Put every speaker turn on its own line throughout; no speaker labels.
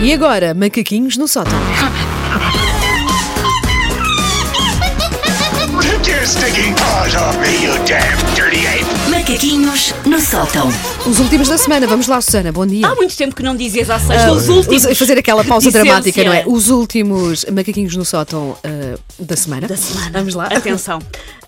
E agora, macaquinhos no sótão.
Take your stinking paws off me, you damn dirty ape!
Macaquinhos no sótão.
Os últimos da semana, vamos lá, Susana, bom dia.
Há muito tempo que não dizias à sexta os últimos.
Ah, Os- Fazer aquela pausa
Licença.
dramática, não é? Os últimos macaquinhos no sótão ah, da semana. Da semana. Vamos lá.
Atenção.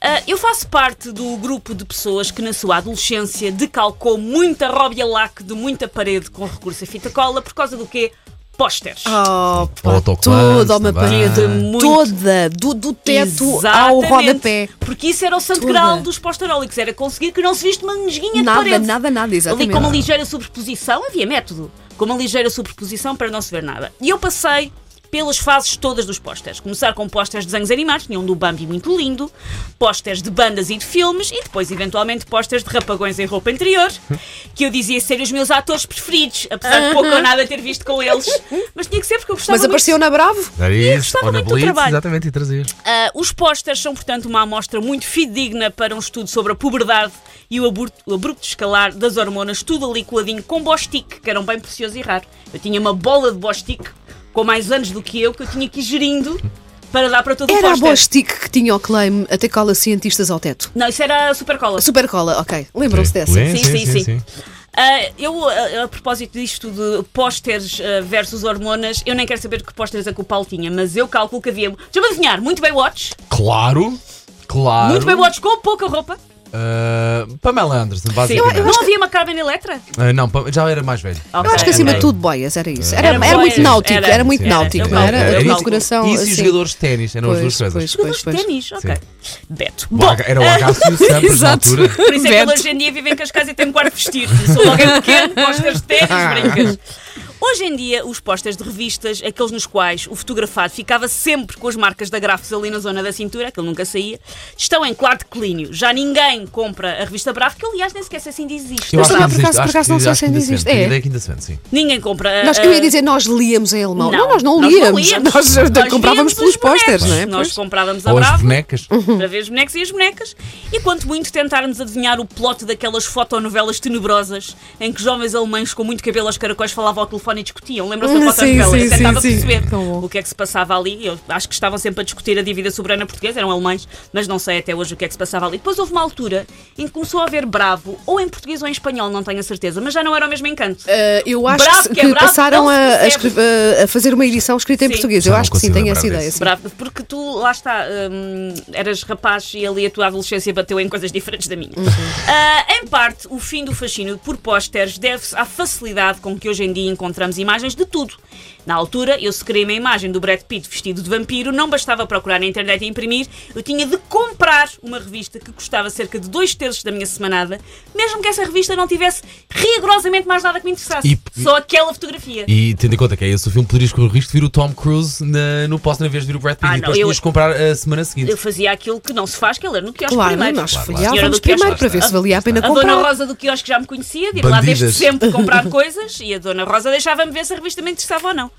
Ah, eu faço parte do grupo de pessoas que na sua adolescência decalcou muita róbia lac de muita parede com recurso a fita cola por causa do quê? Pósteres.
Oh,
Ou
pá,
autocolantes
toda uma
também.
parede,
Muito.
toda, do, do teto ao
Exatamente.
rodapé.
Porque isso era o santo
Toda.
grau dos posterólicos, era conseguir que não se viste uma nesguinha de
Nada,
parede.
nada, nada,
Ali
exatamente.
com uma ligeira sobreposição, havia método. Com uma ligeira sobreposição para não se ver nada. E eu passei pelas fases todas dos pósteres. Começar com pósteres de desenhos animados, tinha um do Bambi muito lindo, pósteres de bandas e de filmes, e depois, eventualmente, pósteres de rapagões em roupa interior, que eu dizia ser os meus atores preferidos, apesar de pouco ou nada ter visto com eles. Mas tinha que ser porque eu gostava
Mas
muito.
apareceu na Bravo.
Era isso,
é gostava
ou na
muito do
Blitz,
trabalho.
exatamente, e trazias.
Ah, os pósteres são, portanto, uma amostra muito fidedigna para um estudo sobre a puberdade e o, abur- o abrupto escalar das hormonas, tudo ali coladinho com bostique, que era um bem precioso e raro. Eu tinha uma bola de bostique com mais anos do que eu, que eu tinha que ir gerindo para dar para todo o
Era a
póster.
Bostic que tinha o claim até cola cientistas ao teto.
Não, isso era a supercola.
Supercola, ok. Lembram-se dessa?
Sim,
Sim,
sim,
sim,
sim,
sim.
sim.
Ah, eu, ah, a propósito disto de pósteres ah, versus hormonas, eu nem quero saber que pósteres é que o Paulo tinha, mas eu calculo que havia. Deixa-me adivinhar, muito bem watch,
Claro, claro.
muito bem watch com pouca roupa.
Ah, Pamela Anderson, basicamente.
não havia uma Carmen Electra?
Ah, não, Pam- já era mais velho.
Ok.
Eu acho que acima de
Ok.
tudo boias, era isso. Era,
Era
era muito
boias,
náutico, era,
era.
muito
Sim,
náutico.
era.
Era, era
Eu
uma
calculo.
decoração.
Isso e os
assim.
jogadores de ténis, eram as duas
Pois,
coisas.
pois,
Jogadores
pois,
de
pois.
ténis, ok. Beto.
O H- era o H.C. o Sampras na
Exato.
altura.
Por isso é que ele
é Beto.
hoje em dia vive em Cascais e tem um quarto vestido. Sou alguém pequeno, posters de
Ah.
ténis, brincas. Hoje em dia, os posters de revistas, aqueles nos quais o fotografado ficava sempre com as marcas da Grafos ali na zona da cintura, aquele nunca saía, estão em claro declínio. Já ninguém compra a revista Bravo, que aliás nem sequer sei se ainda existe.
Eu
Mas
acho
também,
que
por acaso-
existe,
por
acho
acaso
que
não sei se
acho que
ainda
existe.
existe.
Tenho
É.
ideia que ainda se vende, sim.
Ninguém compra.
Nós, eu ia dizer, nós líamos em alemão. Não, nós não líamos.
líamos.
Nós, comprávamos
víamos
pelos
os bonecos.
pósteres, não é?
Nós
Pois.
comprávamos a
Ou as
Bravo.
bonecas.
para ver os bonecos e as bonecas, e quanto muito tentarmos adivinhar o plot daquelas fotonovelas tenebrosas em que jovens alemães com muito cabelo aos caracóis falavam ao telefone e discutiam. Lembram-se
Sim,
da fotonovela?
sim,
Eu tentava
sim, sim.
perceber
Tão bom.
o que é que se passava ali. Eu acho que estavam sempre a discutir a dívida soberana portuguesa, eram alemães, mas não sei até hoje o que é que se passava ali. Depois houve uma altura em que começou a haver bravo, ou em português ou em espanhol, não tenho a certeza, mas já não era o mesmo encanto.
Ah, eu acho
Bravo,
que,
que é
que
bravo,
passaram
não
a,
se
a
percebe.
escrever- a fazer uma edição escrita em
Sim.
português.
Já
eu
não
acho que sim,
consigo
tenho
lembrar
essa ideia.
disso.
sim.
Bravo, porque tu, lá está, hum, eras rapaz e ali a tua adolescência bateu em coisas diferentes da minha.
Uhum.
Ah, em parte, o fim do fascínio por pósteres deve-se à facilidade com que hoje em dia encontramos imagens de tudo. Na altura, eu se queria uma imagem do Brad Pitt vestido de vampiro, não bastava procurar na internet e imprimir, eu tinha de comprar uma revista que custava cerca de dois terços da minha semanada, mesmo que essa revista não tivesse rigorosamente mais nada que me interessasse.
E-
Só aquela fotografia.
E tendo em conta que é esse o filme, poderias correr o risco de vir o Tom Cruise na- no próximo, em vez de vir o Brad Pitt.
Ah, não,
e depois
eu-
tinhas de comprar a semana seguinte.
Eu fazia aquilo que não se faz, que é ler no quiosque
Claro,
primeiro.
nós
Claro, claro.
folheávamos
Senhora do Queixo,
primeiro
lá
para ver se valia a pena
A Dona
comprar.
Rosa do quiosque já me conhecia, de ir lá
Bandidas.
desde sempre comprar coisas e a Dona Rosa deixava-me ver se a revista me interessava ou não.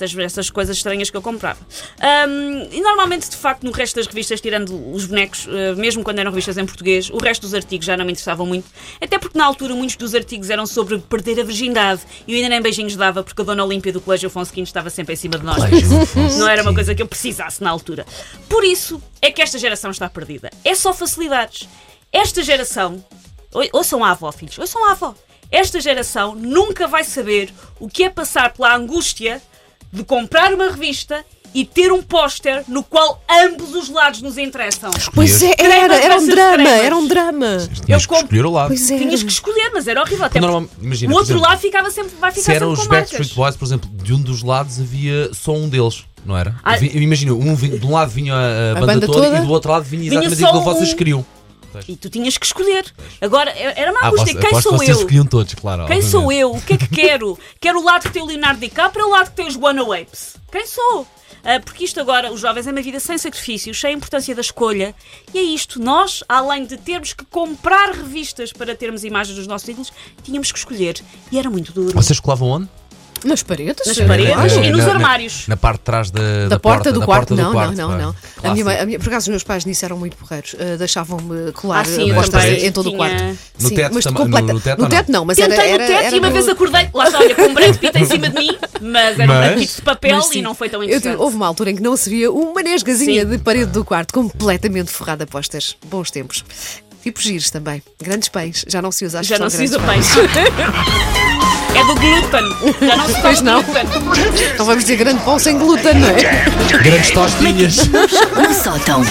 Essas, essas coisas estranhas que eu comprava. Ahm, e normalmente, de facto, no resto das revistas, tirando os bonecos, eh, mesmo quando eram revistas em português, o resto dos artigos já não me interessavam muito. Até porque na altura muitos dos artigos eram sobre perder a virgindade e eu ainda nem beijinhos dava porque a Dona Olímpia do Colégio Afonso V estava sempre em cima de nós.
Colégio Afonso
não era uma
V.
coisa que eu precisasse na altura. Por isso é que esta geração está perdida. É só facilidades. Esta geração. Oi- Ouçam a avó, filhos, ouçam a avó. Esta geração nunca vai saber o que é passar pela angústia de comprar uma revista e ter um póster no qual ambos os lados nos interessam.
Pois é, era,
Cremas
era um
versus
drama,
cremas.
era um drama.
Tinhas
eu
que
compro-
escolher o lado.
Pois é.
Tinhas que escolher, mas era horrível. Até
Normal-
porque Então,
imagina,
o
por
outro
exemplo,
lado ficava sempre, vai ficar
Se
sempre
eram
com
os
marcas.
Backstreet Boys, por exemplo, de um dos lados havia só um deles, não era?
Ah.
Vi- Imagina, um vi- de um lado vinha a, a banda,
banda
toda,
toda.
e do outro lado vinha
Vinha
exatamente
só
aquilo que vocês
um.
queriam.
E tu tinhas que escolher. Agora, é, era uma
Ah,
angústia.
voce-
Quem
aposto que
sou
vocês
eu?
escolhiam todos, claro.
Quem
obviamente.
sou eu? O que é que quero? quero o lado que tem o Leonardo DiCaprio ou o lado que tem os Wanawapes? Quem sou? Ah, porque isto agora, os jovens, é uma vida sem sacrifícios, sem a importância da escolha. E é isto. Nós, além de termos que comprar revistas para termos imagens dos nossos ídolos, tínhamos que escolher. E era muito duro.
Vocês colavam onde?
Nas paredes?
Nas paredes
claro.
e nos
na-
armários.
Na, parte de trás da,
Da, porta, do
da
quarto?
porta do
não,
quarto,
não,
pá.
não, não. A
Clássico.
minha mãe, a minha- por acaso, os meus pais nisso eram muito porreiros. eh, Deixavam-me colar
Ah, sim,
eh,
eu
postas
também.
em todo o
Tinha-
quarto.
No
sim,
teto
mas de
também-
completa-
no teto
no
ou não?
teto não, mas
Tentei
era, era,
no teto
era
e uma
no-
vez acordei, lá está, olha, com um Brad Pitt em cima de mim, mas era um
Mas-
Brad Pitt de papel
Mas sim,
e não foi tão
eu
interessante.
tive- houve uma altura em que não se via uma nesgazinha
Sim.
de parede do quarto, completamente forrada a postas. Bons tempos. Tipo giros também. Grandes pães. Já não se usa, acho
Já
que
não
são
se usa
grandes
peixe. É do glúten. Já não se
Pois
faz
não.
glúten.
Não vamos dizer grande pão sem glúten, não é?
Grandes tostinhas.
no sótão.